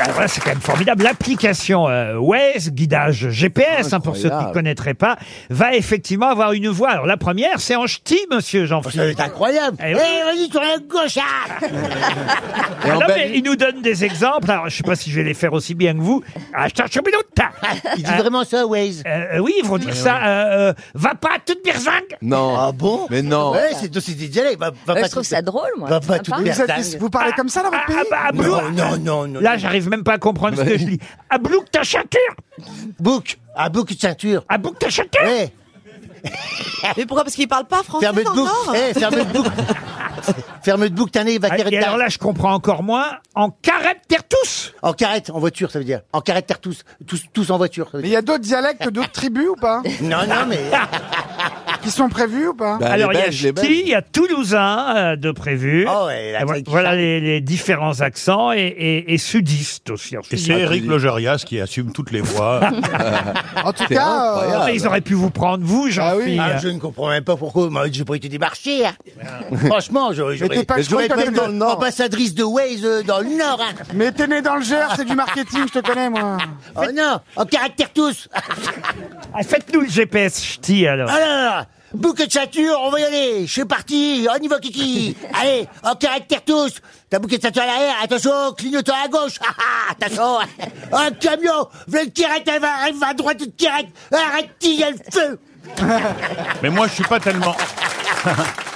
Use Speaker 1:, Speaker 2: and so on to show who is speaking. Speaker 1: Alors là, Ah, c'est quand même formidable. L'application euh, Waze, guidage GPS, hein, pour ceux qui ne
Speaker 2: Incroyable.
Speaker 1: connaîtraient pas, va effectivement avoir une voix. Alors la première, c'est en ch'ti, monsieur jean
Speaker 2: C'est incroyable.
Speaker 1: Eh
Speaker 2: Eh,
Speaker 1: oui.
Speaker 2: vas-y, tu es gauche. ah
Speaker 1: Ah non, mais il nous donne des exemples. Alors, je sais pas si je vais les faire aussi bien que vous. Ah, je cherche une minute.
Speaker 2: Il dit
Speaker 1: Ah,
Speaker 2: vraiment Eh ça, Waze.
Speaker 1: euh, oui, ils vont dire ça. euh, euh, va pas toute birzingue.
Speaker 3: Non.
Speaker 2: Ah bon
Speaker 3: Mais non.
Speaker 2: Ouais, c'est aussi des dialectes. Va, va
Speaker 4: Ouais,
Speaker 2: pas
Speaker 4: je trouve
Speaker 2: tout-
Speaker 4: ça drôle, moi.
Speaker 2: Va pas
Speaker 4: Sympa.
Speaker 2: tout
Speaker 5: Vous, êtes-
Speaker 2: Dingue.
Speaker 5: vous parlez comme ça dans votre
Speaker 1: Ah,
Speaker 5: pays
Speaker 1: ah, bah, ah, blou-
Speaker 2: Non, non, non, non.
Speaker 1: Là, j'arrive même pas à comprendre ce que je lis. À blouk ta ceinture.
Speaker 2: Bouc. Ah, bouc de ceinture.
Speaker 1: À blouk ta ceinture.
Speaker 2: Eh,
Speaker 6: Mais pourquoi Parce qu'il parle pas français
Speaker 2: ferme de bouc.
Speaker 6: encore
Speaker 2: Eh, ferme de bouc. ferme de bouc, t'as né, va
Speaker 1: Ah,
Speaker 2: carrette
Speaker 1: Et alors
Speaker 2: terre.
Speaker 1: là, je comprends encore moins. En caractère tous.
Speaker 2: En carrette, en voiture, ça veut dire. En carrette terre tous. Tous, tous en voiture. ça veut
Speaker 5: Mais il
Speaker 2: dire.
Speaker 5: y a d'autres dialectes, d'autres tribus ou pas
Speaker 2: Non, non, mais.
Speaker 5: Qui sont prévus ou pas
Speaker 3: Bah, les
Speaker 1: alors, il y a
Speaker 3: Belges, les
Speaker 1: ch'ti,
Speaker 3: Belges.
Speaker 1: il y a toulousain euh, de prévu.
Speaker 2: Oh, ouais, la
Speaker 1: Ah, voilà-
Speaker 2: taille qui
Speaker 1: voilà les, les différents accents et, et, et sudistes aussi. Alors,
Speaker 7: Et
Speaker 1: sudistes.
Speaker 7: c'est Eric Logérias qui assume toutes les voix.
Speaker 1: Bah,
Speaker 5: En tout
Speaker 3: C'est
Speaker 5: cas, euh,
Speaker 3: incroyable.
Speaker 1: Ah, mais ils auraient pu vous prendre, vous, jean philippe
Speaker 2: Ah, je ne comprends même pas pourquoi moi, j'ai pas été démarché. hein. Franchement, j'aurais j'aurais-
Speaker 5: t'es pas
Speaker 2: j'aurais
Speaker 5: chouette, t'es
Speaker 2: pu
Speaker 5: né dans
Speaker 2: être
Speaker 5: le Nord.
Speaker 2: ambassadrice de Waze euh, dans le Nord. hein.
Speaker 5: mais t'es né dans le Gers, c'est du marketing, je te connais moi.
Speaker 2: Oh non, en caractère tous.
Speaker 1: Ah, Faites-nous le GPS ch'ti, alors.
Speaker 2: Ah là là là. Bouquet de ceinture, on va y aller. Je suis parti. On y va, Kiki. Allez, en caractère tous. T'as bouquet de ceinture à l'arrière. Attention, clignotant à gauche. Ah, ah, attention. Un camion. V'là une tirette, elle va, elle va à droite, une tirette. Arrête, il y a le feu.
Speaker 7: Mais moi, je suis pas tellement.